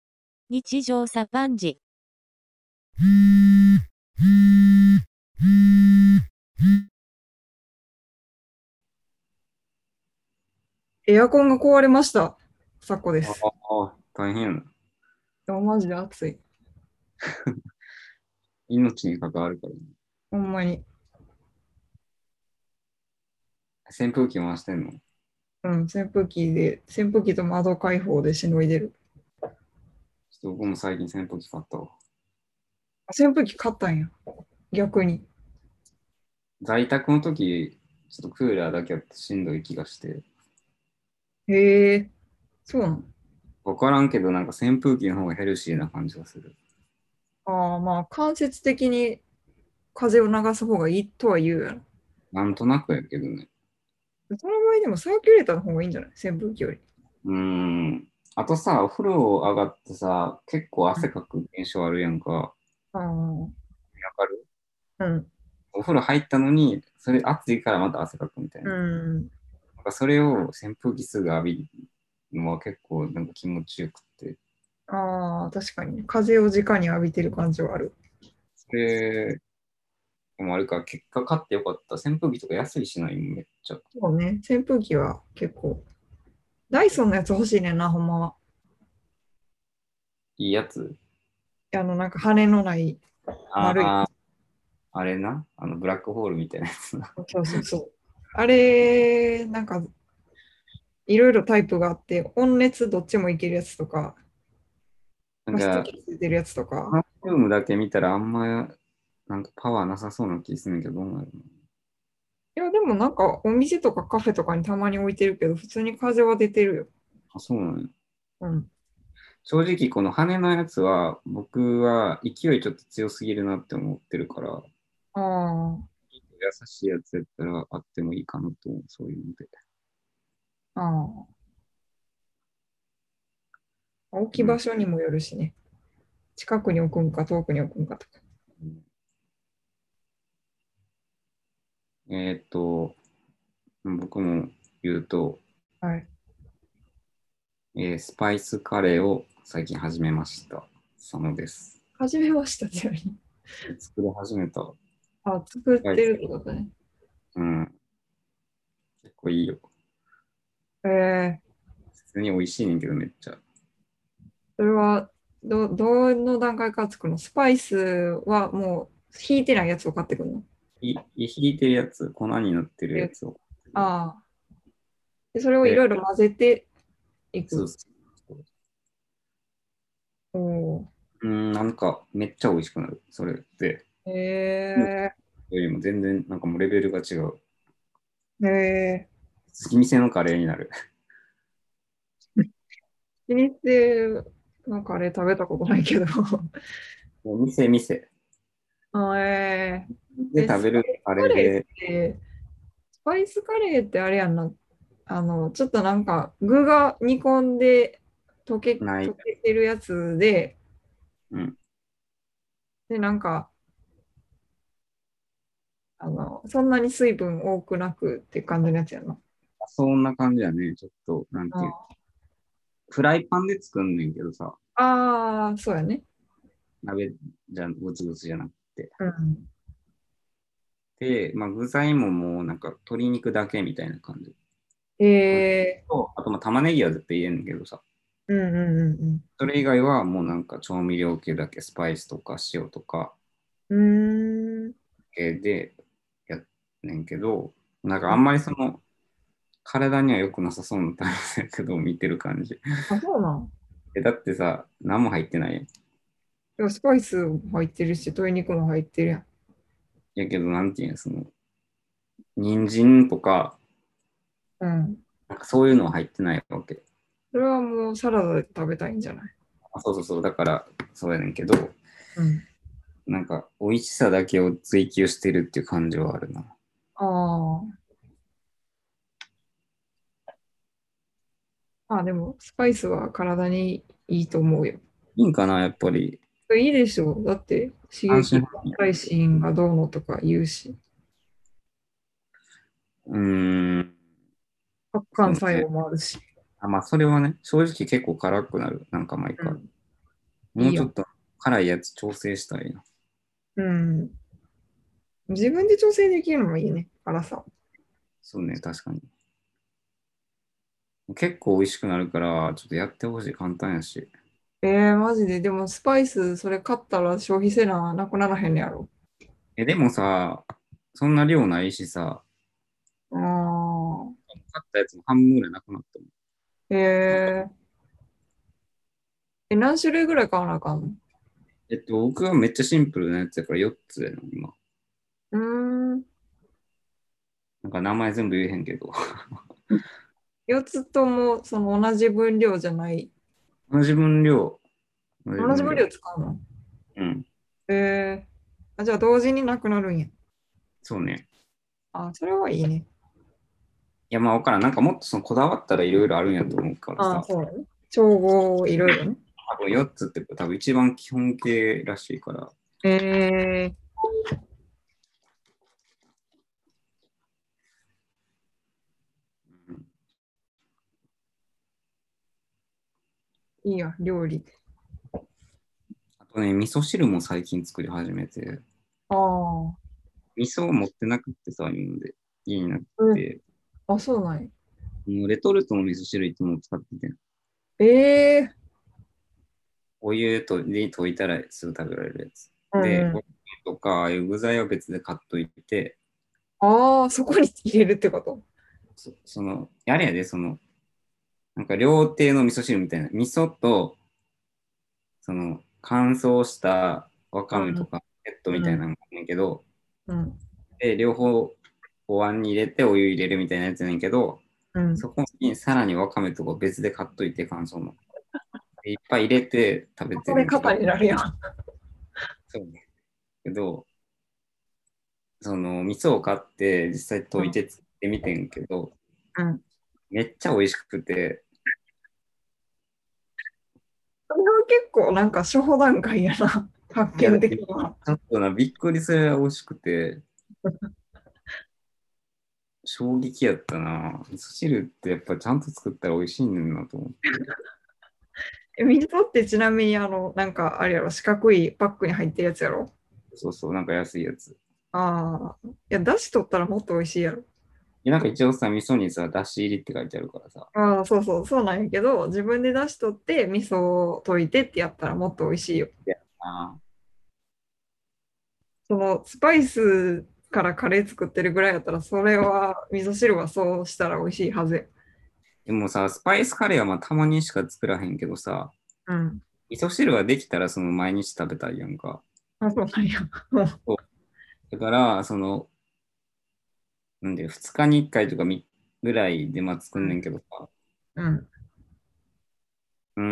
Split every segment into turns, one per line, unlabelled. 日常茶飯事。
エアコンが壊れました。さっこです。
ああ、大変。
でもマジで暑い。
命に関わるから、ね。
ほんまに。
扇風機回してんの
うん、扇風機で、扇風機と窓開放でしのいでる。
ちょっと僕も最近扇風機買ったわ。
扇風機買ったんや。逆に。
在宅の時、ちょっとクーラーだけあってしんどい気がして。
へえ、そうなの
わからんけど、なんか扇風機の方がヘルシーな感じがする。
ああ、まあ、間接的に風を流す方がいいとは言うやろ。
なんとなくやけどね。
その場合でもサーキュレーターの方がいいんじゃない扇風機より。
うーん。あとさ、お風呂上がってさ、結構汗かく現象あるやんか。わ
ああ、
かる
うん、
お風呂入ったのに、それ暑いからまた汗かくみたいな。
うん。
なんかそれを扇風機すぐ浴びるのは結構なんか気持ちよくて。
ああ、確かに。風を直に浴びてる感じはある。
で、でもあれか、結果買ってよかった。扇風機とか安いしないめっちゃ。
そうね、扇風機は結構。ダイソンのやつ欲しいねんな、ほんまは。
いいやつ。
あの、なんか羽のない。
あ
丸い
ああれな、あのブラックホールみたいなや つな。
そうそうそう。あれ、なんか、いろいろタイプがあって、温熱どっちもいけるやつとか、
なん
加
か
湿、器ついてるやつとか、
ハーフームだけ見たらあんまなんかパワーなさそうな気するんやけど、どうなるの
いや、でもなんか、お店とかカフェとかにたまに置いてるけど、普通に風は出てるよ。
あ、そうなの、
うん。
正直、この羽のやつは、僕は勢いちょっと強すぎるなって思ってるから、
あ
優しいやつやったらあってもいいかなと思う、そういうので。
あ、ああ。置き場所にもよるしね。近くに置くんか、遠くに置くんかとか。
えーっと、僕も言うと、
はい。
えースパイスカレーを最近始めました。佐野です。
始めました、ちなみに。
作り始めた。
あ、作ってるってことね。
うん。結構いいよ。
ええ
普通に美味しいねんけど、めっちゃ。
それはど、どの段階から作るのスパイスはもう引いてないやつを買ってくるの
い、い引いてるやつ、粉になってるやつを。
ああ。で、それをいろいろ混ぜてい
そう
く。
そう
お
うーん、なんかめっちゃ美味しくなる。それって。
ーへ
よりも全然、なんかもうレベルが違う。
え。へえ。
好き店のカレーになる。
気に入って、なんかあれ食べたことないけど。
もう店、店。
ああえ
で、食べるカレーで、
えでスパイスカレーってあれやんな。あの、ちょっとなんか具が煮込んで溶け
ない
溶けてるやつで、
うん、
で、なんか、あの、そんなに水分多くなくっていう感じのやつやな。
そんな感じやね。ちょっと、なんていう。フライパンで作んねんけどさ、
ああ、そうやね。
鍋じゃ、ごつごつじゃなく
うん。
て、まあ、具材ももうなんか鶏肉だけみたいな感じ。
え
と、あとまあ玉ねぎは絶対入れんねんけどさ、
ー、うんうん
それ以外はもうなんか調味料系だけ、スパイスとか塩とか
うんうん。うーん。
系でやんねんけど、なんかあんまりその、体には良くなさそうな食べやけど、見てる感じ。
あ、そうなん。
え、だってさ、何も入ってないやん
でもスパイスも入ってるし、鶏肉も入ってるやん。
やけど、なんていうんその、人参とか、
うん。
なんかそういうのは入ってないわけ。
それはもうサラダで食べたいんじゃない
あそうそうそう、だから、そうやねんけど、
うん。
なんか、美味しさだけを追求してるっていう感じはあるな。
ああ。あ、でも、スパイスは体にいいと思うよ。
いいんかな、やっぱり。
いいでしょう。だって、刺
安
激
心感
耐震がどうのとか言うし、
うーん。
発汗作用もあるし。
あまあ、それはね、正直結構辛くなる。なんか毎回。
うん
もうちょっと辛いやつ調整したいな。
うん。自分で調整できるのもいいね、辛さを。
そうね、確かに。結構美味しくなるから、ちょっとやってほしい、簡単やし。
えー、マジで。でも、スパイス、それ買ったら消費せな、なくならへんねやろ。
え、でもさ、そんな量ないしさ、
ああ。
買ったやつも半分ぐらいなくなったもん。
えー。え、何種類ぐらい買わなあかんの
えっと、僕はめっちゃシンプルなやつやから4つやな、今。
うーん。
なんか名前全部言えへんけど。
4つとも、その同じ分量じゃない。
同じ分量。
同じ分量使うの
うん。
えー。あ、じゃあ、同時になくなるんや。
そうね。
あ、それはいいね。
いや、まあ分からん。なんかもっとそのこだわったらいろいろあるんやと思うから
あー、。
さ
そうだね。調合いろいろね。
多分4つって多分一番基本形らしいから。
えー。
うん
いいや、料理。
あとね、味噌汁も最近作り始めて。
ああ。
味噌を持ってなくってさ、今まで家になくて、
あ、そうなんや。
もうレトルトの味噌汁いつも使ってて、
ええ
お湯とで溶いたらすぐ食べられるやつ。
ー。
で、
うん
お米とかああいう具材は別で買っといて、
ああ、そこに入れるってこと
そその、あれやで、その、なんか料亭の味噌汁みたいな、味噌と、その、乾燥したわかめとか、ペットみたいなのがあんねんけど、
うん。
で、両方、お椀に入れてお湯入れるみたいなやつやねんけど、
うん。
そこにさらにわかめとか別で買っといて、乾燥の。でいっぱい入れて食べて
そ
ね
れ
んけど
肩になるやん。
そうね。けど、その、味噌を買って、実際溶いて作ってみてんけど、
うん
めっちゃ美味しくて、
それは結構なんか初歩段階や な。発見的には。
ちょっとな、びっくりするぐらい美味しくて、衝撃やったな。味噌汁ってやっぱちゃんと作ったら美味しいねんなと思って。
え、水噌ってちなみにあの、なんかあれやろ、四角いパックに入ってるやつやろ
そうそう、なんか安いやつ。い
ああ。いや、だし取ったらもっと美味しいやろ。
やなんか一応さ、味噌にさ、だし入りって書いてあるからさ、
ああ、そうそう、そうなんやけど、自分でだし取って、味噌を溶いてってやったらもっと美味しいよ。
あ
その、スパイスからカレー作ってるぐらいやったら、それは、味噌汁はそうしたら美味しいはずや。
ーでもさ、スパイスカレーはまあたまにしか作らへんけどさ、
うん。
味噌汁はできたらその毎日食べたいやんか。
あ、そうなんや。
だから、その、なんで、2日に1回とかみぐらいでまあ作んねんけどさ、
うん。
うー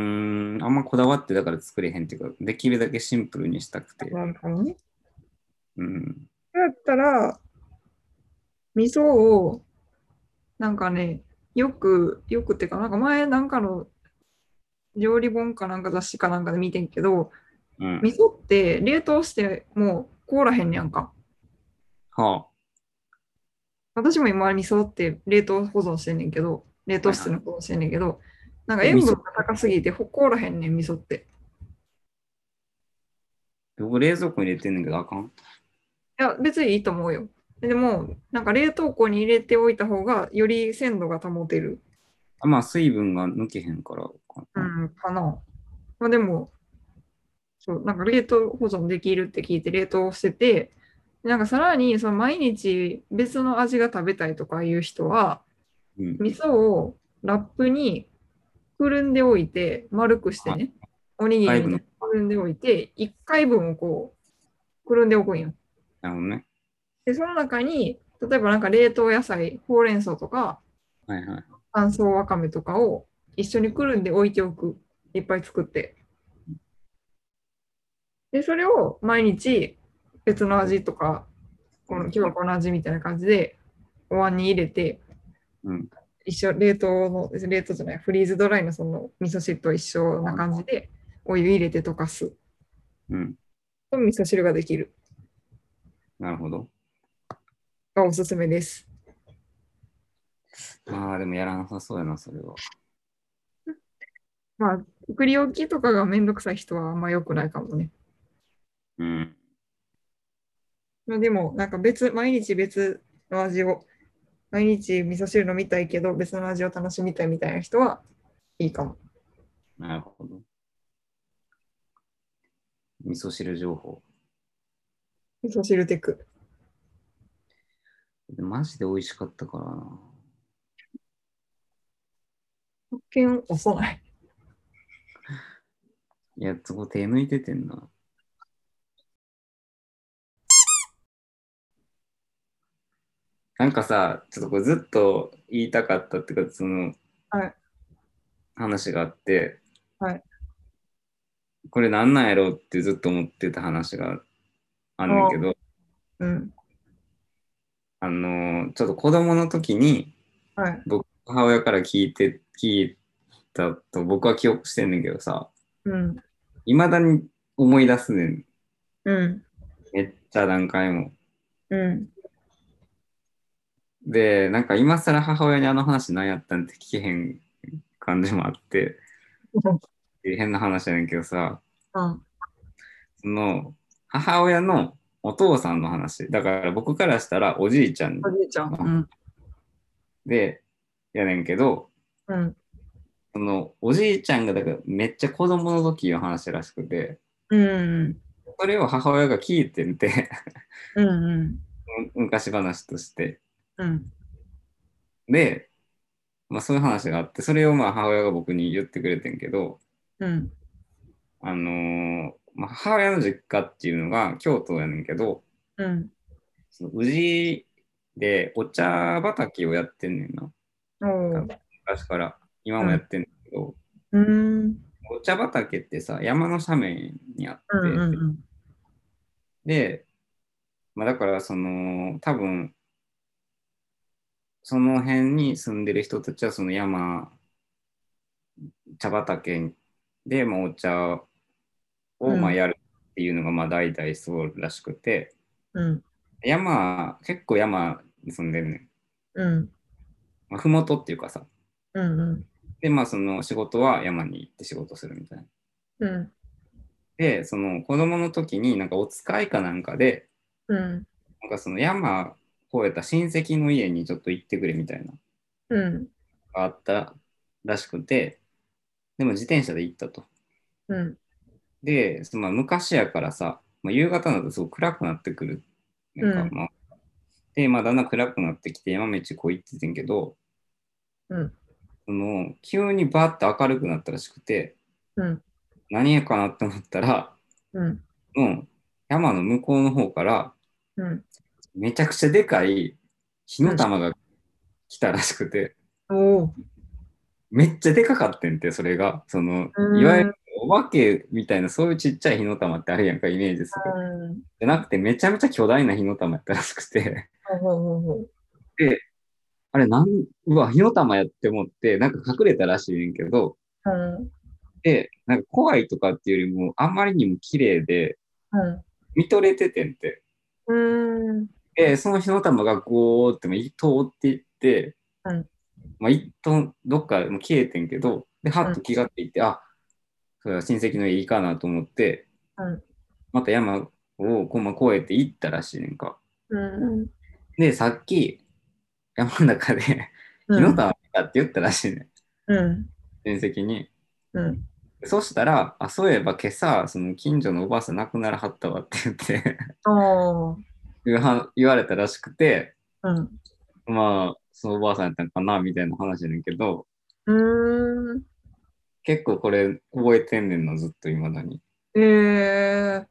ん、あんまこだわってだから作れへんっていうか、できるだけシンプルにしたくて。
なるほどね。
うん。
だったら、味噌を、なんかね、よく、よくってか、なんか前、なんかの料理本かなんか雑誌かなんかで見てんけど、
うん。
味噌って冷凍してもう凍らへんねやんか。
は
私も今味噌って冷凍保存してんねんけど、冷凍室の保存してんねんけど、なんか塩分が高すぎてほ凍らへんねん、味噌って。
あ。僕冷蔵庫に入れてんねんけど、あかん。
いや、別にいいと思うよ。でも、なんか冷凍庫に入れておいた方が、より鮮度が保てる。
あまあ、水分が抜けへんからあかん。
うん、かな。まあでも、そう、なんか冷凍保存できるって聞いて冷凍してて、なんかさらにその毎日別の味が食べたいとかいう人は、
うん。
味噌をラップにくるんでおいて、丸くしてね、おにぎりにくるんでおいて、1回分をこう、くるんでおくんよ。
なるほどね。
で、その中に、例えばなんか冷凍野菜、ほうれん草とか、
はいはい。
乾燥わかめとかを一緒にくるんで置いておく。いっぱい作って。で、それを毎日別の味とか、この今日はこの味みたいな感じでお椀に入れて、
うん。
一緒、冷凍の、冷凍じゃない、フリーズドライのその味噌汁と一緒な感じでお湯入れて溶かす。
うん。
と味噌汁ができる。
なるほど。
がおすすめです。
ああ、でもやらなさそうやな、それは。
まあ、送り置きとかがめんどくさい人はあんま良くないかもね。
うん。
まあ、でも、なんか別、毎日別の味を、毎日味噌汁飲みたいけど、別の味を楽しみたいみたいな人はいいかも。
なるほど。味噌汁情報。
味噌汁テク。
マジで美味しかったからな。
発見遅ない。
いや、そこ手抜いててんな。なんかさ、ちょっとこれずっと言いたかったっていうか、その、
はい
話があって、
はい
これなんなんやろうってずっと思ってた話があんねんけど、
うん。
あのーちょっと子供の時に
はい。
母親から聞いて、聞いたと僕は記憶してんねんけどさ、
うん。
いまだに思い出すねん。
うん。
めっちゃ何回も。
うん。
で、なんか今更母親にあの話何やったんって聞けへん感じもあって、変な話やねんけどさ、
あ
その母親のお父さんの話、だから僕からしたらおじいちゃん
おじいちゃん。うん。
でやねんけど、
うん。
そのおじいちゃんがだからめっちゃ子供の時の話らしくて、
うん。
それを母親が聞いてみて、
うん。
昔話として。
うん。
で、まあそういう話があって、それをまあ母親が僕に言ってくれてんけど、
うん。
あのーまあ、母親の実家っていうのが京都やねんけど、
うん。
その宇治でお茶畑をやってんねんな。
おう。
昔から、今もやってんねんけど、
うん。
お茶畑ってさ、山の斜面にあって、
うん。うん。
で、まあ、だからその、多分その辺に住んでる人たちはその山、茶畑で、まあ、お茶をま
う
あ
ん
やるっていうのがまあ代々そうらしくて、
うん。
山、結構山に住んでるねん。
うん。
まあ、ふもとっていうかさ。
うん。
で、まあその仕事は山に行って仕事するみたいな。
うん。
で、その子供の時になんかお使いかなんかで、
うん。
なんかその山越えた親戚の家にちょっと行ってくれみたいなの
うん。
があったらしくて、でも自転車で行ったと。
うん。
で、そのまあ昔やからさ、まあ、夕方になるとすごく暗くなってくる。なんかまあで、まあだんだん暗くなってきて山道こう行っててんけど、
うん。
その急にバーッと明るくなったらしくて、
うん。
何やかなって思ったら、
うん。
もう山の向こうの方から
うん。
めちゃくちゃでかい火の玉が来たらしくて、
おう。
めっちゃでかかってんて、それが。その
うん、
いわゆるお化けみたいな、そういうちっちゃい火の玉ってあるやんか、イメージす
う
る。
ん。
じゃなくて、めちゃめちゃ巨大な火の玉やったらしくて、
ほうほうほうほう。
あれ、なん、うわ、火の玉やって思って、なんか隠れたらしいねんけど、
うん。
で、なんか怖いとかっていうよりも、あんまりにも綺麗で、
うん。
見とれててんて。
うん。
で、その火の玉がゴーって通っていって、
うん
まあ、一トどっかもう消えてんけど、で、はっと気がっていって、あそれは親戚の家いいかなと思って、
うん
また山をこうまあ越えて行ったらしいねんか。
うん。
で、さっき、山の中で火
う
の
ん。
玉見たって言ったらしいね
うん。
ん、親戚に。
うん。
そしたら、あ、そういえば今朝、その近所のおばあさん亡くならはったわって言って
おう。
言わ言われたらしくて、
うん。
まあ、そのおばあさんやったんかなみたいな話やねんけど、
うん。
結構これ覚えてんねんの、ずっといまだに。
ええ。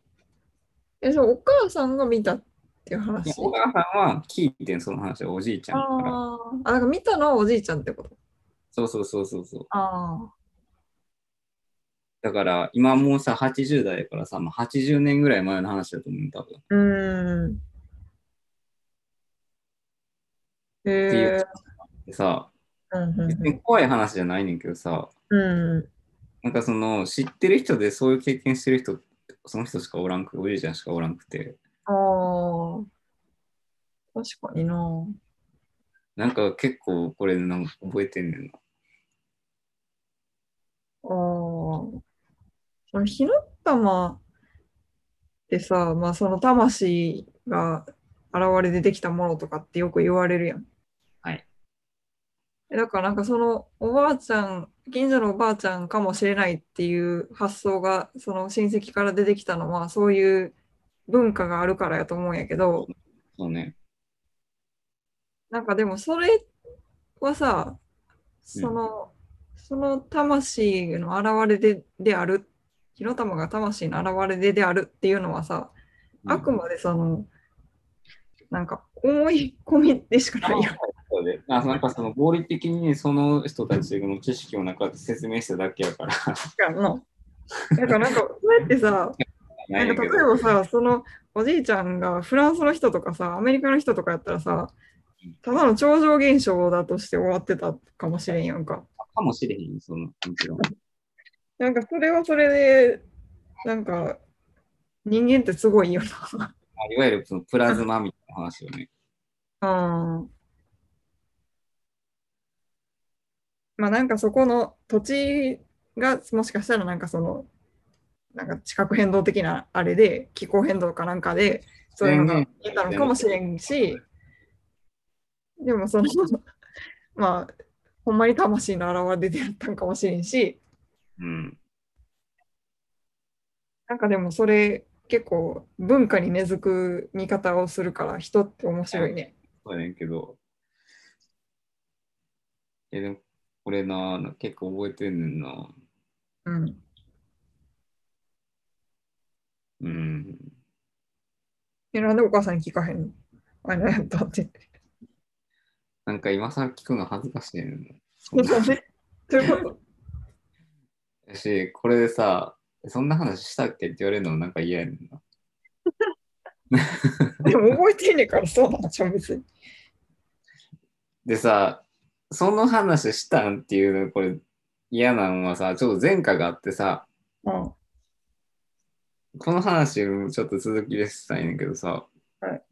え、そう、お母さんが見たっていう
い
話
や。お母さんは聞いてん、その話はおじいちゃ
あ
んから。
あ。あ、なんか見たのはおじいちゃんってこと。
そうそうそうそうそう。
あ
だから今もうさ、80代やからさ、まあ、80年ぐらい前の話だと思う、多分。っ
あ。うん。え
ていう
え。
でさ、
うん。
別に怖い話じゃないねんけどさ、
うん。
なんかその知ってる人でそういう経験してる人、その人しかおらんくおじいちゃんしかおらんくて、
ああ。確かにな。
なんか結構これなんか覚えてんねんな。
あーその火の玉ってさ、まあ、その魂が現れてできたものとかってよく言われるやん。
はい。
だからなんかそのおばあちゃん、近所のおばあちゃんかもしれないっていう発想がその親戚から出てきたのはそういう文化があるからやと思うんやけど、
そうね。
なんかでもそれはさ、その、その魂の現れでである、火の玉が魂の現れでであるっていうのはさ、あく
も
までその、なんか思い込みでしかないやん。
そうであなんかその合理的にその人たちの知識をなんか説明しただけやから。
の。だからなんか、そうやってさ、
な
なんん
や
か
け
例え
ど
ばさ、そのおじいちゃんがフランスの人とかさ、アメリカの人とかやったらさ、ただの超常現象だとして終わってたかもしれんやんか。
かもしれへんよ、その、もちろん。
なんかそれはそれで、なんか人間ってすごいよな。
あいわゆるそのプラズマみたいな話よね。
うん。まあなんかそこの土地がもしかしたらなんかその、なんか地殻変動的なあれで気候変動かなんかでそういうのが出たのかもしれんし、でもその、 まあ、ほんまに魂の現れでやったんかもしれんし、
うん。
なんかでもそれ結構文化に根付く見方をするから人って面白いね。
そうやねんけど。え、でも、これな、結構覚えてんねんな。
うん。
うん。
え、なんでお母さんに聞かへんのあれ何やったって。
なんか今さ聞くの恥ずかしいね ん
そう
な。
いうこと
やし、これでさ、そんな話したっけって言われるのもなんか嫌やねんな。
でも覚えてんねんからそうなんでしょ、別に。
でさ、その話したんっていうの、これ嫌なのはさ、ちょっと前科があってさ、
うん。
この話もちょっと続きでしたいねんけどさ、
はい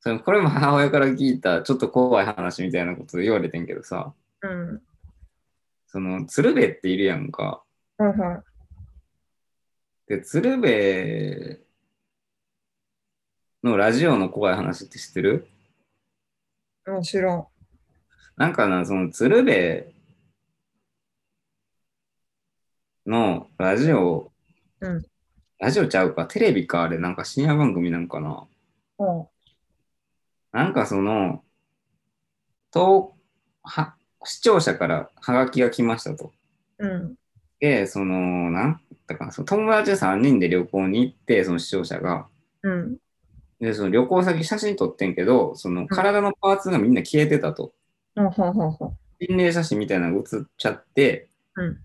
そのこれも母親から聞いたちょっと怖い話みたいなこと言われてんけどさ、
うん。
その鶴瓶っているやんか。
はいはい。
で、鶴瓶のラジオの怖い話って知ってる
面白
なんかな、その鶴瓶のラジオ、
うん
ラジオちゃうか、テレビか、あれ、なんか深夜番組なんかな。
い。うん。
なんかその、とは視聴者からハガキが来ましたと。
うん。
で、その、なんだかな、その友達3人で旅行に行って、その視聴者が。
うん。
で、その旅行先写真撮ってんけど、その体のパーツがみんな消えてたと。
うん。ほうほうほう。
心霊写真みたいなのが写っちゃって、
うん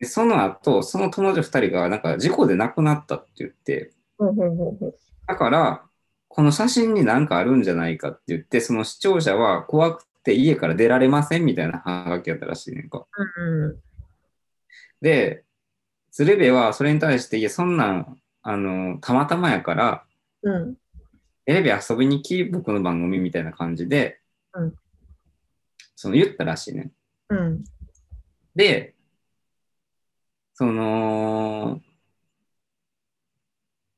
でその後、その友達2人がなんか事故で亡くなったって言って、
ほうほうほうほう。
だから、この写真に何かあるんじゃないかって言って、その視聴者は怖くて家から出られませんみたいなハガキやったらしいねんか。
うん。
で、鶴瓶はそれに対して、いや、そんなん、あの、たまたまやから、
うん。
テレビ遊びに来、僕の番組みたいな感じで、
うん
その言ったらしいねん。
うん。
で、その、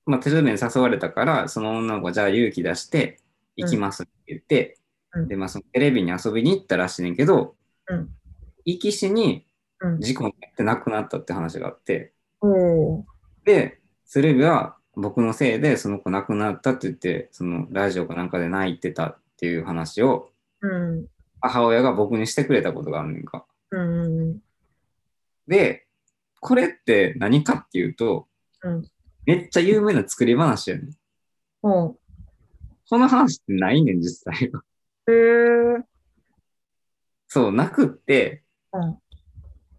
まあ、手伝いに誘われたから、その女の子がじゃあ勇気出して行きますって言って、
うん
で、まあ、そのテレビに遊びに行ったらしいねんけど、
うん
行きしに
うん。
事故になって亡くなったって話があって、
おー
で、鶴瓶は僕のせいでその子亡くなったって言って、そのラジオかなんかで泣いてたっていう話を
うん。
母親が僕にしてくれたことがあるねんか。
うん。
で、これって何かっていうと、
うん
めっちゃ有名な作り話やねん。
ほ
この話ってないねん、実際は。
う。へえ。
そう、なくって、
うん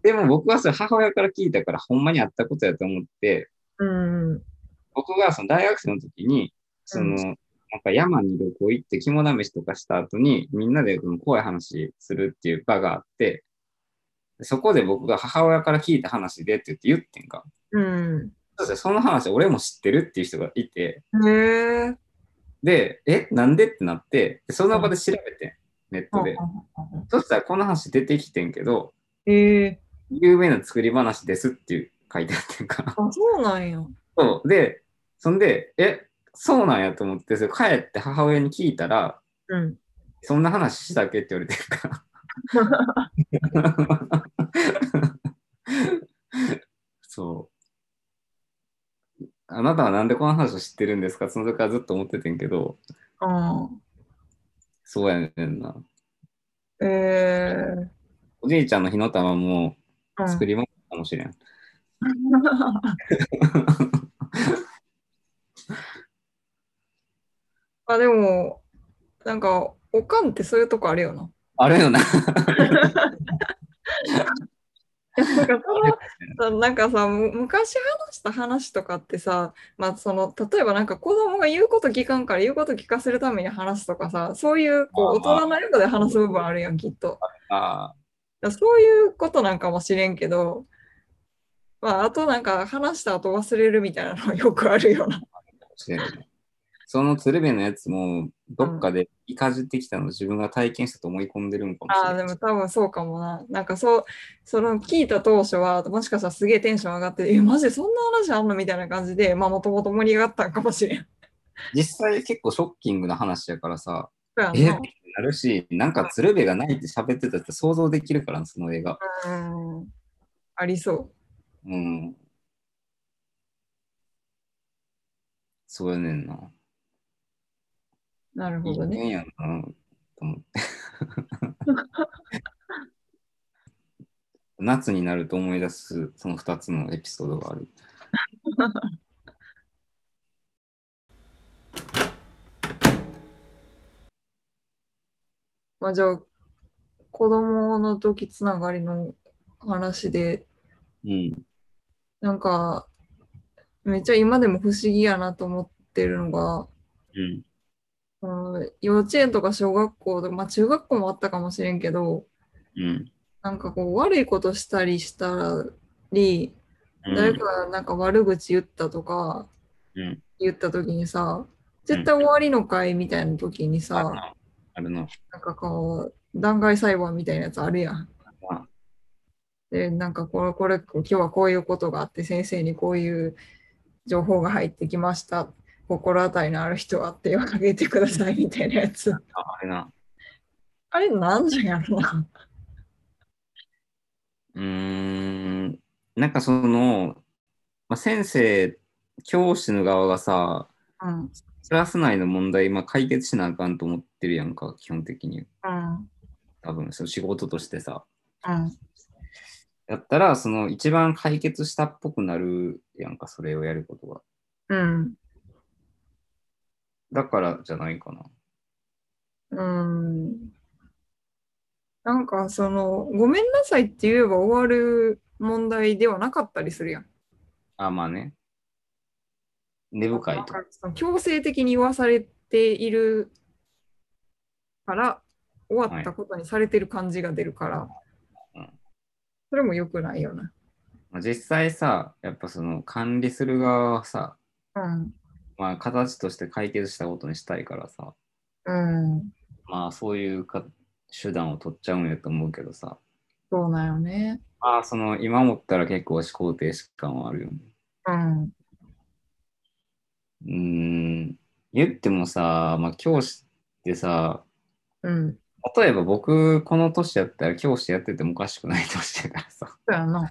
でも僕はそれ母親から聞いたから、ほんまにあったことやと思って、
うん。
僕がその大学生の時に、その、
うん
なんか山に旅行行って肝試しとかした後に、みんなでこの怖い話するっていう場があって、そこで僕が母親から聞いた話でって言って言ってんか。
う
そしたらその話俺も知ってるっていう人がいて、
ん。へえ。
で、え、なんでってなって、でその場で調べてん、ネットで。そしたらこの話出てきてんけど、
ええ
有名な作り話ですっていう書いてあって んか。
あ、そうなんや。
そう。で、そんで、え、そうなんやと思って、それ帰って母親に聞いたら、
うん。
そんな話したっけって言われてるから。そう。あなたはなんでこの話を知ってるんですかその時からずっと思っててんけど、
あ
そうやねんな。
あ。えー。
おじいちゃんの火の玉も
うん
作り物かもしれん。
まあでも、なんか、おかんってそういうとこあるよ な。
あるよな。
いやなんかそのなんかさ、む昔話した話とかってさ、まあその、例えばなんか子供が言うこと聞かんから言うこと聞かせるために話すとかさ、そういうこう大
あー
人の中で話す部分あるやん、きっと。
あ
だからそういうことなんかもしれんけど、まああとなんか話した後忘れるみたいなのはよくあるよな。
ーかもしれんねその鶴瓶のやつも、どっかでいかじってきたの自分が体験したと思い込んでるんかもし
あ
れ
あ、
ん
でも多分そうかもな。なんかそう、その聞いた当初は、もしかしたらすげえテンション上がって、え、マジそんな話あんのみたいな感じで、まあもともと盛り上がったんかもしれん。
実際結構ショッキングな話やからさ、
そうやん
えっ
な
てなるし、なんか鶴瓶がないって喋ってたって想像できるからな、その映画。
うん。ありそう。
うん。そうやねんな。
なる
い
ほ
い
どね。
ねやな、と思って。夏になると思い出す、その2つのエピソードがある。
まあじゃあ、子供の時つながりの話で、
うん。
なんか、めっちゃ今でも不思議やなと思ってるのが、
うん。
うん、幼稚園とか小学校とか、まあ中学校もあったかもしれんけど、
うん。
なんかこう悪いことしたりしたり、
うん
誰かがなんか悪口言ったとか
うん
言った時にさ、絶対終わりの会みたいな時に
あ
さ、
るな。あるな。
なんかこう、弾劾裁判みたいなやつあるやん
うん。
で、なんかこれ、これ、今日はこういうことがあって、先生にこういう情報が入ってきました。心当たりのある人は手をかけてくださいみたいなやつ。
あるな。
あれ、なんじゃやろな。
うーん。なんかその、まあ、先生、教師の側がさ、
うん。
クラス内の問題、まあ、解決しなあかんと思ってるやんか、基本的に。
うん。
多分、その仕事としてさ。
うん。
やったら、その一番解決したっぽくなるやんか、それをやることが。
うん。
だからじゃないかな。
うーんなんかその、ごめんなさいって言えば終わる問題ではなかったりするやん。
あ、まあね。根深
なん
いと
か。その強制的に言わされているから、終わったことにされてる感じが出るから、
うん
それも良くないよな。
まあ、実際さ、やっぱその管理する側はさ、
うん。
まあ形として解決したことにしたいからさ、
うん。
まあそういうか手段を取っちゃうんやと思うけどさ、
そうなんよね。
まあその今思ったら結構思考停止感はあるよね。
うん。
うーん、言ってもさ、まあ教師ってさ、
うん。
例えば僕、この年やったら教師やっててもおかしくない年やからさ、
そうやな。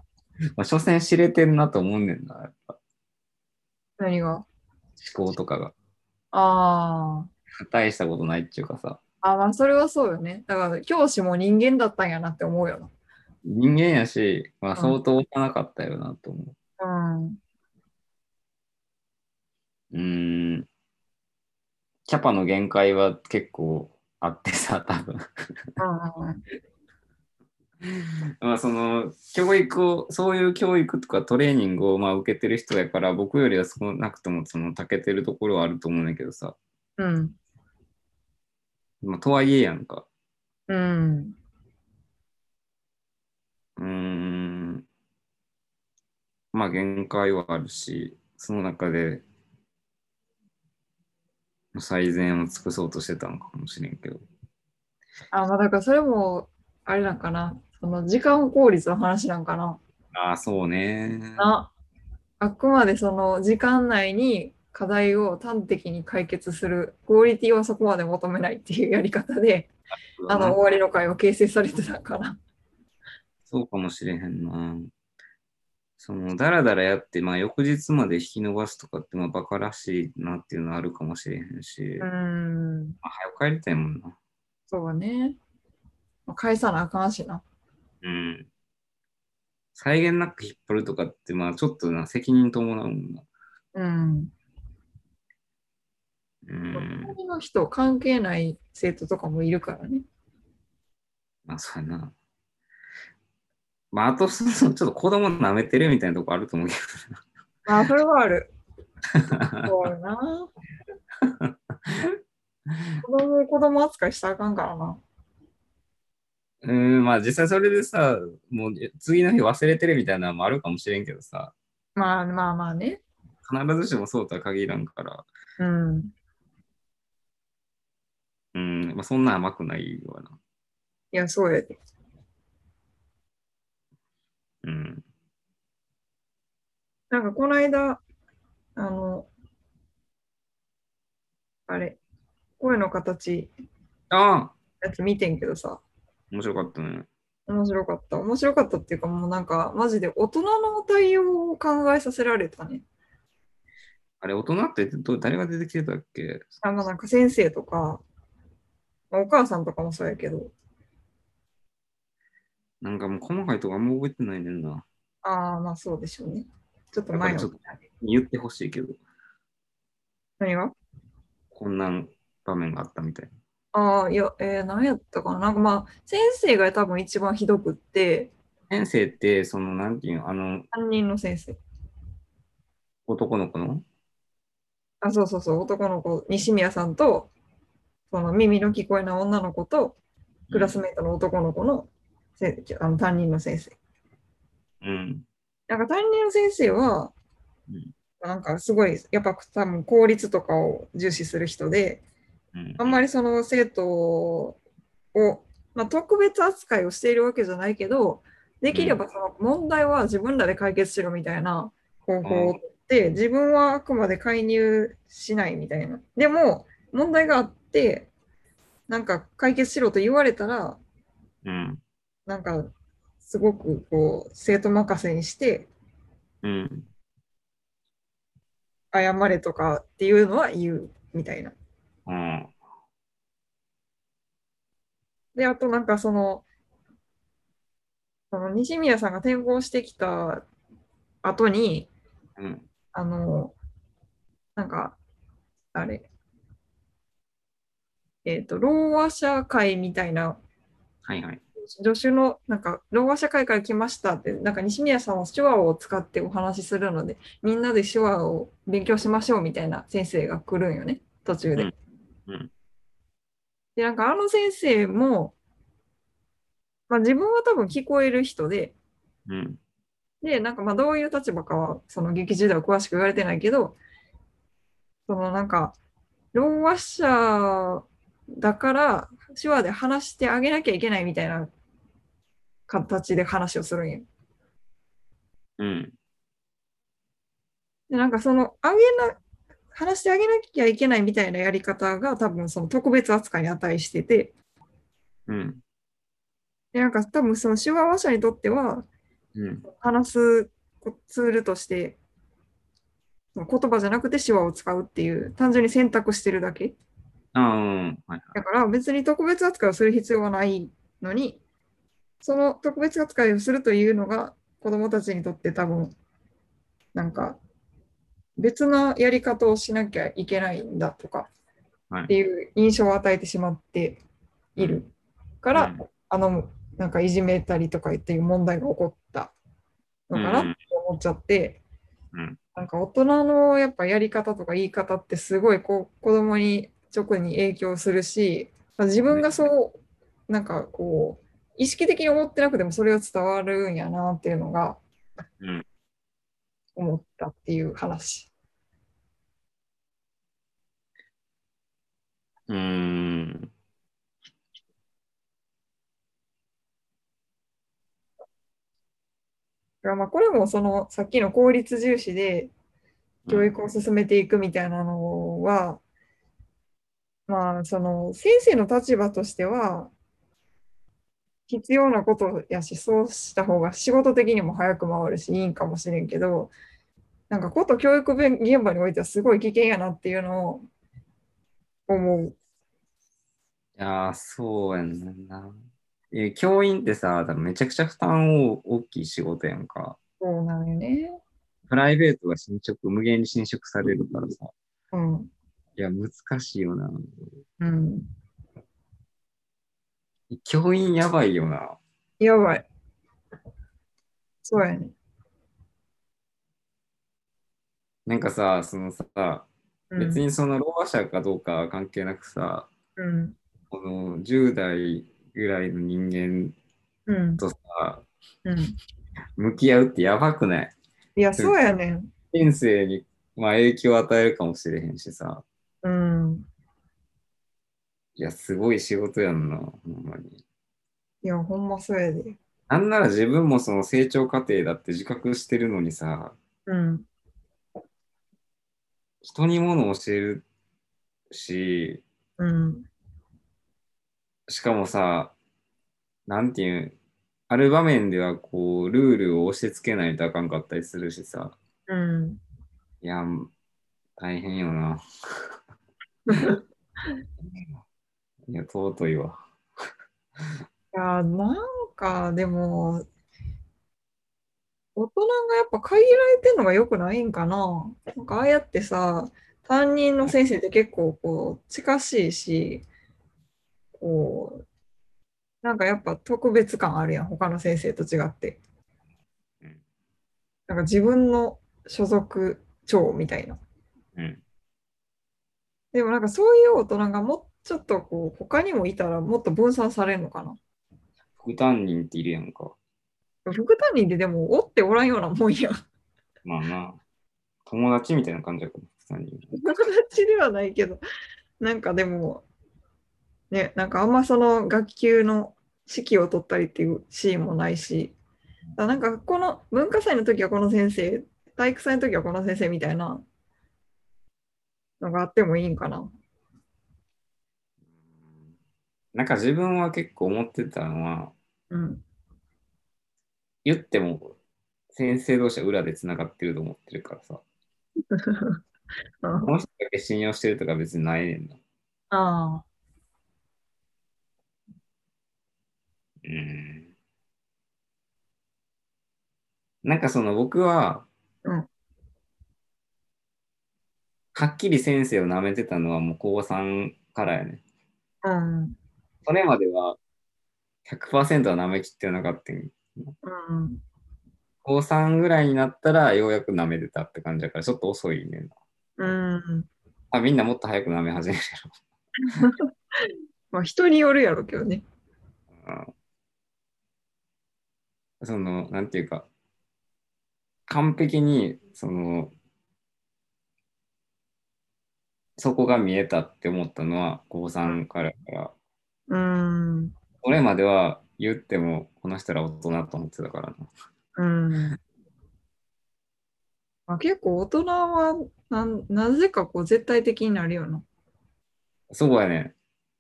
まあ、所詮知れてんなと思うねんな、やっぱ
何が。
思考とかが。
あ
大したことないっていうかさ、
あ。あ、まあそれはそうよね。だから教師も人間だったんやなって思うよ
人間やし、まあ
うん
相当幼かったよなと思
な。うん。
う。うーん、キャパの限界は結構あってさ、 多分。
う
まあその、教育を、そういう教育とかトレーニングをまあ受けてる人やから、僕よりは少なくともその、たけてるところはあると思うんだけどさ、
ん。うん。
まあとはいえやんか。
うん。
うーん。まあ限界はあるし、その中で最善を尽くそうとしてたのかもしれんけど。
あ、まあ、だからそれも、あれなんかな。その時間効率の話なんかな。
ああ、そうね。
なあくまでその時間内に課題を端的に解決するクオリティはそこまで求めないっていうやり方であの終わりの会を形成されてたから
そうかもしれへんな。その、だらだらやって、まあ、翌日まで引き伸ばすとかって、まあ、バカらしいなっていうのはあるかもしれへんし、
う
まあ、
ん
早く帰りたいもんな。
そうだねまあ返さなあかんしな
うん。際限なく引っ張るとかって、まあ、ちょっとな、責任伴うもんな。
うん
うん。
周りの人関係ない生徒とかもいるからね
まあ、そうやな。まあ、あと、その、ちょっと子供舐めてるみたいなとこあると思うけ
まあそれはあるそうだな子供を子供扱いしたらあかんからな
ど。 うん、まあ、実際それでさ、もう、次の日忘れてるみたいなのもあるかもしれんけどさ、
まあまあまあね
必ずしもそうとは限らんから、
うん
うん、まあ、そんな甘くないわな。
いやそうやで
うん。
なんかこの間、あの、あれ、声の形、
ああ
やつ見てんけどさ、
面白かったね。
面白かった。面白かったっていうか、もうなんか、マジで大人の対応を考えさせられたね。
あれ、大人ってど誰が出てきてたっけ
あまあなんか先生とか、まあお母さんとかもそうやけど、
なんかもう細かいとこあんま覚えてないねんな。
ああ、まあそうでしょうね。ちょっと
だか
前
ら
の
ちょっと言ってほしいけど、
何が
こんな場面があったみたい。
ああ、いや、えー、何やったかななんかまあ、先生が多分一番ひどくって、
先生って、その、なんていうの、あの、
担任の先生。
男の子の
あ、そうそうそう、男の子、西宮さんと、その耳の聞こえない女の子と、クラスメートの男の子のせあの担任の先生。
うん。
なんか担任の先生は
うん、
なんかすごい、やっぱ多分効率とかを重視する人で、
うん。
あんまりその生徒を、まあ、特別扱いをしているわけじゃないけど、できればその問題は自分らで解決しろみたいな方法を取って、自分はあくまで介入しないみたいな。でも、問題があって、なんか解決しろと言われたら、
うん。
なんかすごくこう生徒任せにして、
うん。
謝れとかっていうのは言うみたいな。
うん。
で、あとなんかその、その西宮さんが転校してきた後に、
うん。
あの、なんか、あれ、えっ、と、ろうあ者会みたいな、
はいはい。
助手の、なんか、ろうあ者会から来ましたって、なんか西宮さんは手話を使ってお話しするので、みんなで手話を勉強しましょうみたいな先生が来るんよね、途中で。
うんうん
で、なんかあの先生も、まあ、自分は多分聞こえる人で、
うん。
で、なんかまあどういう立場かは、その劇中では詳しく言われてないけど、そのなんか、ろうあ者だから手話で話してあげなきゃいけないみたいな形で話をするんよ。
うん。
で、なんかその、あげな、話してあげなきゃいけないみたいなやり方が多分その特別扱いに値してて、
うん。
でなんか多分その手話話者にとっては、
うん。
話すこツールとして、その言葉じゃなくて手話を使うっていう、単純に選択してるだけ。
ああ、うん。はいはい。
だから別に特別扱いをする必要はないのに、その特別扱いをするというのが子供たちにとって多分、なんか別なやり方をしなきゃいけないんだとか
はい
っていう印象を与えてしまっているから、
うん
あの、なんかいじめたりとかっていう問題が起こったのかなって思っちゃって、
うん
なんか大人のやっぱやり方とか言い方ってすごいこう子供に直に影響するし、まあ自分がそう、なんかこう、意識的に思ってなくてもそれが伝わるんやなっていうのが
うん、
思ったっていう話。
うーん。
からまあこれもそのさっきの効率重視で教育を進めていくみたいなのは、まあその先生の立場としては必要なことやしそうした方が仕事的にも早く回るしいいんかもしれんけどなんかこと教育現場においてはすごい危険やなっていうのを思う。
いやー、そうやんな。えー教員ってさ、多分めちゃくちゃ負担を大きい仕事やんか。
そうなんよね。
プライベートが侵食、無限に侵食されるからさ。
うん。
いや、難しいよな。
うん。
教員やばいよな。
やばい。そうやね。
なんかさ、そのさ、
うん
別。にそのろう者かどうかは関係なくさ、
うん。
この10代ぐらいの人間
うん。
とさ、
うん。
向き合うってやばくない
いや、そうやねん。
人生に、まあ、影響を与えるかもしれへんしさ。
うん。
いや、すごい仕事やんな、ほんまに。
いや、ほんまそうやで。
なんなら自分もその成長過程だって自覚してるのにさ、
うん。
人にものを教えるし、
うん。
しかもさ、なんていうん、ある場面ではこう、ルールを押し付けないとあかんかったりするしさ、
うん。
いや、大変よ な。いや、尊いわ。
いや、なんか、でも、大人がやっぱ限られてるのが良くないんかな。なんか、ああやってさ、担任の先生って結構、こう、近しいし、こう、なんかやっぱ特別感あるやん、他の先生と違って
うん。
なんか自分の所属長みたいな。
うん。
でもなんかそういう大人がもうちょっとこう、他にもいたらもっと分散されるのかな。
副担任っているやんか。
副担任ででも、おっておらんようなもんや。
まあな。友達みたいな感じやから、副担任。
友達ではないけど、なんかでも、ね、なんかあんまその学級の指揮を取ったりっていうシーンもないし、だなんかこの文化祭の時はこの先生、体育祭の時はこの先生みたいなのがあってもいいんかな。
なんか自分は結構思ってたのは、
うん。
言っても先生同士は裏でつながってると思ってるからさ、この人だけ信用してるとか別にないねんな。
ああ、
うん。なんかその僕は、
うん
はっきり先生を舐めてたのはもう高3からやね。
うん。
それまでは100%は舐めきってなかったん
うん。
高3ぐらいになったらようやく舐めてたって感じだからちょっと遅いねんな。
うん。
あみんなもっと早く舐め始める
まあ人によるやろうけどね。
うんその、なんていうか、完璧に、その、そこが見えたって思ったのは、高3からやから、
うん。
それまでは言っても、この人ら大人と思ってたからな。
うんまあ、結構大人はなんなぜかこう絶対的になるよな。
そうやね。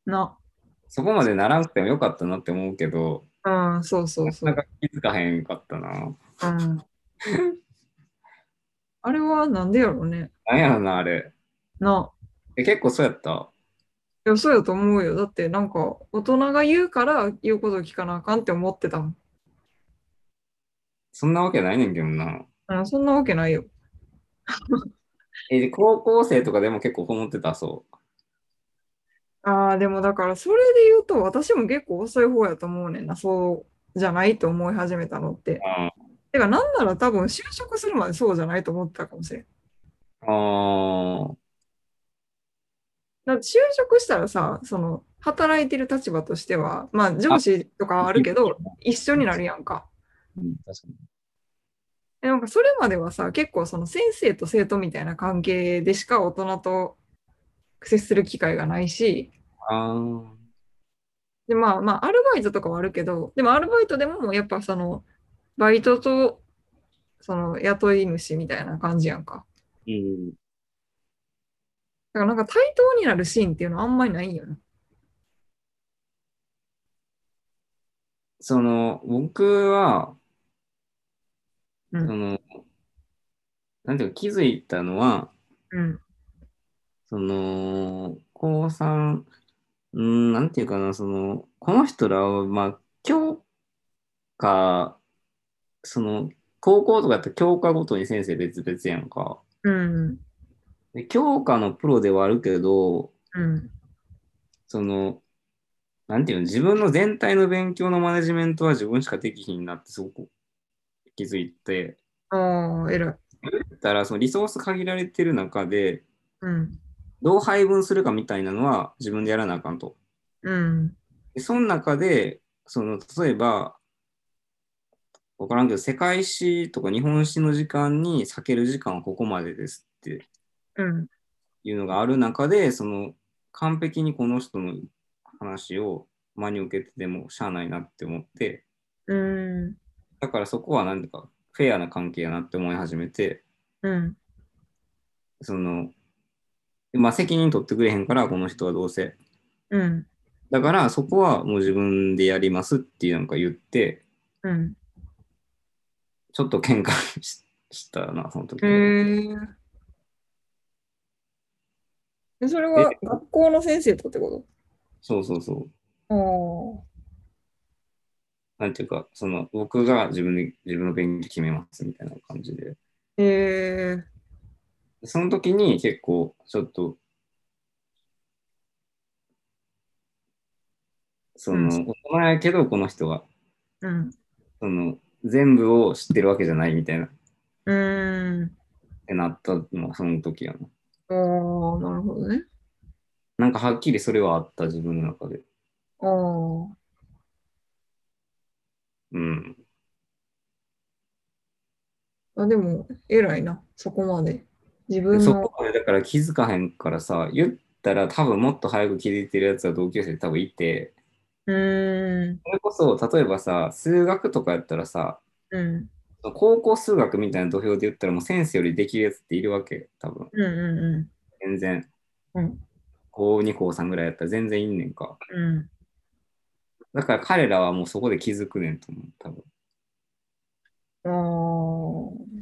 な。
そこまでならなくてもよかったなって思うけど、
うん、そうそう
な
そ
かな
う。
か気づかへんかったな。
うん、あれはなんでやろうね。
なんやろな、あれ。
な。
え結構そうやった。
いや、そうやと思うよ。だってなんか大人が言うから言うことを聞かなあかんって思ってたもん。
そんなわけないねんけどな。
うん、そんなわけないよ。
え、で高校生とかでも結構思ってた、そう。
ああ、でもだからそれで言うと私も結構遅い方やと思うねんな。そうじゃないと思い始めたのって。
あ
てかなんなら多分就職するまでそうじゃないと思ってたかもしれん。
あー、
だって就職したらさ、その働いてる立場としては、まあ上司とかはあるけど、一緒になるやんか。
うん、確かに。
えなんかそれまではさ、結構その先生と生徒みたいな関係でしか大人と接する機会がないし、
あー
でまあまあアルバイトとかはあるけど、でもアルバイトでもやっぱそのバイトとその雇い主みたいな感じやんか。
うん。
だからなんか対等になるシーンっていうのはあんまりないんよな。
その、僕は、
う
そ
ん
の、なんていうか気づいたのは、
うん。
その、高三、うん、なんていうかな、その、この人らは、まあ、教科、その、高校とかやって教科ごとに先生別々やんか。
うん。
で教科のプロではあるけど、
うん。
その、なんていうの、自分の全体の勉強のマネジメントは自分しかできひんなってすごく気づいて、
ああ、偉い。
だからそのリソース限られてる中で、
うん。
どう配分するかみたいなのは自分でやらなあかんと。
うん。
で、その中で、その、例えば、わからんけど、世界史とか日本史の時間に避ける時間はここまでですって
うん。
いうのがある中で、その、完璧にこの人の話を真に受けててもしゃあないなって思って、
うん。
だからそこは何ていうか、フェアな関係やなって思い始めて、
うん。
その、まあ責任取ってくれへんから、この人はどうせ。
うん。
だからそこはもう自分でやりますっていうなんか言って、
うん。
ちょっと喧嘩ししたな、その時。
へえ。でそれは学校の先生とってこ
そうそうそう。
と
なんていうか、その、僕が自分で、自分の勉強決めますみたいな感じ
あ
で。
あ。へえ。
その時に結構、ちょっと、その、
うん
大人やけど、この人は、
うん。
その、全部を知ってるわけじゃないみたいな、っ
うん。
てなったのはその時やな。
ああ、なるほどね。
なんかはっきりそれはあった、自分の中で。
ああ。
うん。
あ、でも、偉いな、そこまで。自分
そ
の
こ、までだから気づかへんからさ、言ったら多分もっと早く気づいてるやつは同級生で多分いて、
うーん、
それこそ、例えばさ、数学とかやったらさ、
うん、
高校数学みたいな土俵で言ったら、もう先生よりできるやつっているわけ、多分。
うん、う
全然。
うん
高2、高3ぐらいやったら全然いんねんか。
ん、うん。
だから彼らはもうそこで気づくねんと思う、多分。
うん。ああ。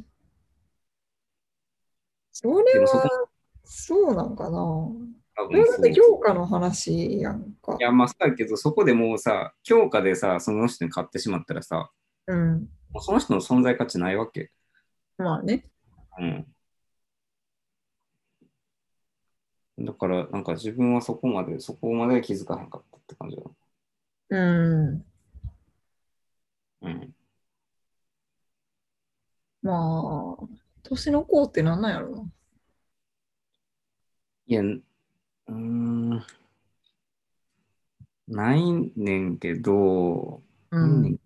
そ
で
れ
もそ
は
こ、
そうなんかな。
多
それ
分
だっ
そう。
て
い
評価の話やんか。
や、まあそうだけど、そこでもうさ、強化でさ、その人に買ってしまったらさ、
うん。
もうその人の存在価値ないわけ。
まあね。
うん。だから、なんか自分はそこまで、そこまで気づかへんかったって感じだ
う
な。
ん。
うん。
まあ、年の子ってなんなんやろな。
いや、うーん、ないねんけど、
う
なんね
ん。
ん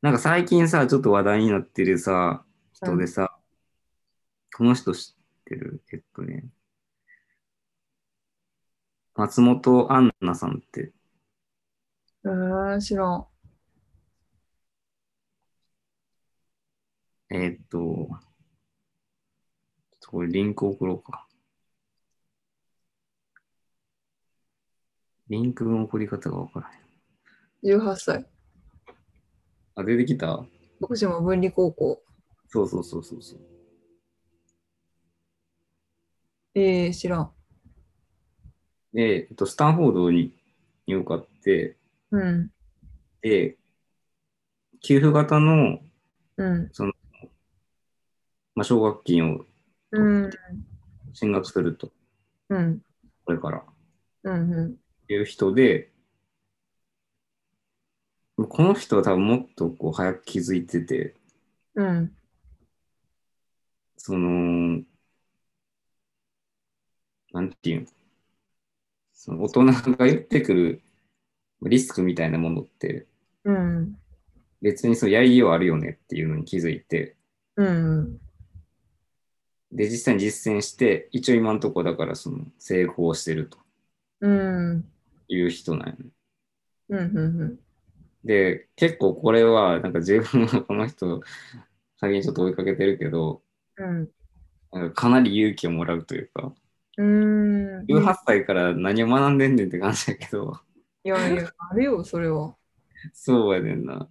なんか最近さ、ちょっと話題になってるさ、人でさ、この人知ってる、えっとね、松本杏奈さんって、
えー、知らん。
えーっと、ちょっとこれリンク送ろうか。リンクの送り方がわからへん。
18歳。
あ、出てきた
福島文理高校。
そうそうそうそうそう。
ええー、知らん。
で、えっと、スタンフォードにに受かって、
うん、
で、給付型の、
うん、
まあ、奨学金を
うん、
進学すると、
うん、
これから、
うん、うん。
いう人で、この人は多分もっとこう早く気づいてて、
うん。
その、なんていうの、その大人が言ってくるリスクみたいなものって、
うん。
別にそのやりようあるよねっていうのに気づいて、
うん。
で、実際に実践して、一応今のところだからその成功してると
うん。うん。
いう人なんよね。
うん。
で、結構これは、なんか自分はこの人、最近ちょっと追いかけてるけど、
うん。
なんかかなり勇気をもらうというか、
うーん。
18歳から何を学んでんねんって感じだけど、
いやいや、あれよ、それは。
そうやねんな。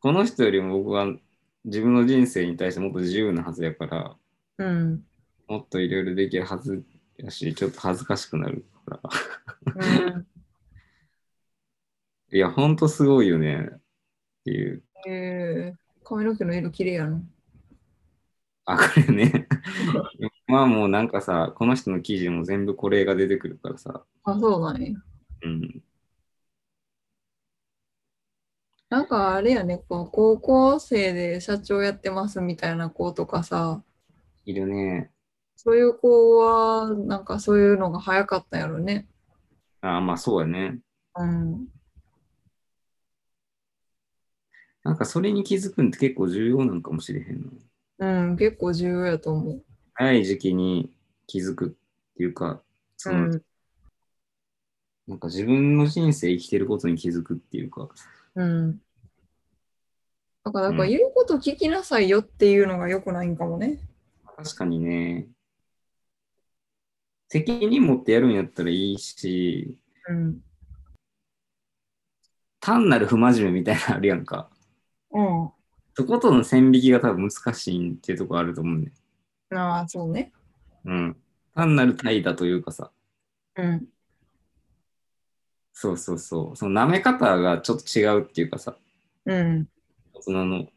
この人よりも僕は自分の人生に対してもっと自由なはずやから、
うん。
もっといろいろできるはずやし、ちょっと恥ずかしくなるから。
うん、
いや、ほんとすごいよね。っていう。
えー、髪の毛の色綺麗やな。
あ、これね。 まあもうなんかさ、この人の記事も全部これが出てくるからさ。
あ、そうなんや。
うん。
なんかあれやね、こう高校生で社長やってますみたいな子とかさ、
いるね。
そういう子は、なんかそういうのが早かったやろね。
あ、まあそうやね。
うん。
なんかそれに気づくんって結構重要なんかもしれへんの。
うん、結構重要やと思う。
早い時期に気づくっていうか、その、
うん。
なんか自分の人生生きてることに気づくっていうか、
うん。だから、なんか
うん
言うこと聞きなさいよっていうのが良くないんかもね。
確かにね、責任持ってやるんやったらいいし、
うん。
単なる不真面目みたいなのあるやんか。
うん。
そことの線引きが多分難しいっていうとこあると思うね。
ああ、そうね。
うん。単なる怠惰というかさ、
うん。
そうそうそう。その舐め方がちょっと違うっていうかさ、
うん。
大人の。
だ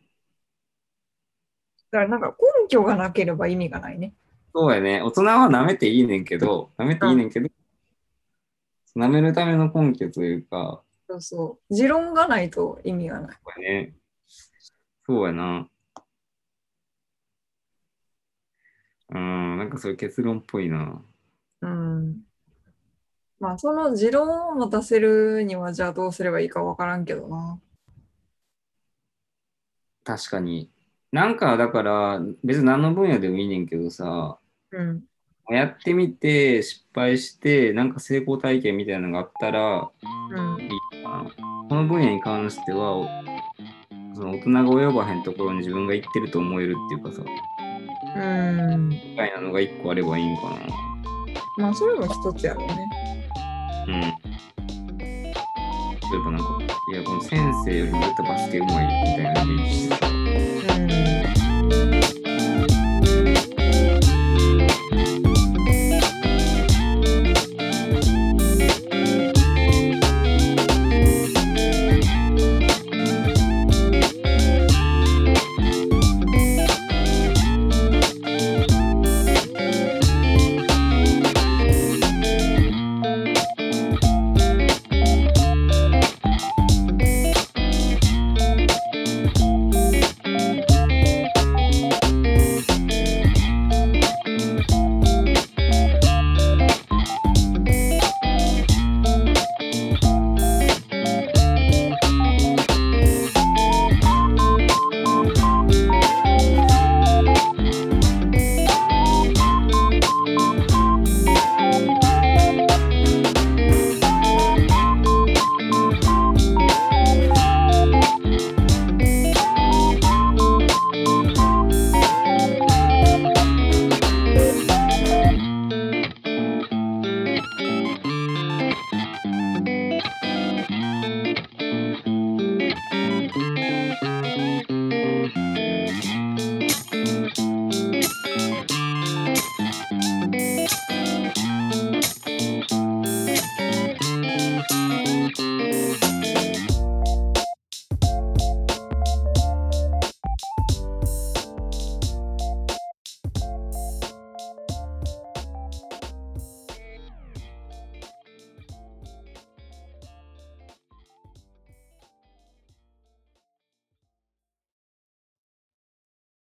からなんか根拠がなければ意味がないね。
そうやね。大人は舐めていいねんけど、舐めていいねんけど、舐めるための根拠というか、
そうそう。持論がないと意味がない。
そうやね。そうやな。うん、なんかそういう結論っぽいな。
うん。まあ、その持論を持たせるには、じゃあどうすればいいかわからんけどな。
確かに。なんかだから、別に何の分野でもいいねんけどさ、
うん。
やってみて、失敗して、なんか成功体験みたいなのがあったら
うん。
いいかな。この分野に関しては、おその大人が及ばへんところに自分が行ってると思えるっていうかさ、み
うん。
たいなのが一個あればいいんかな。
まあ、それも一つやろうね。
うん。例えばなんか、いや、この先生よりもっとバスケうまいみたいなのでいいしさ
うん。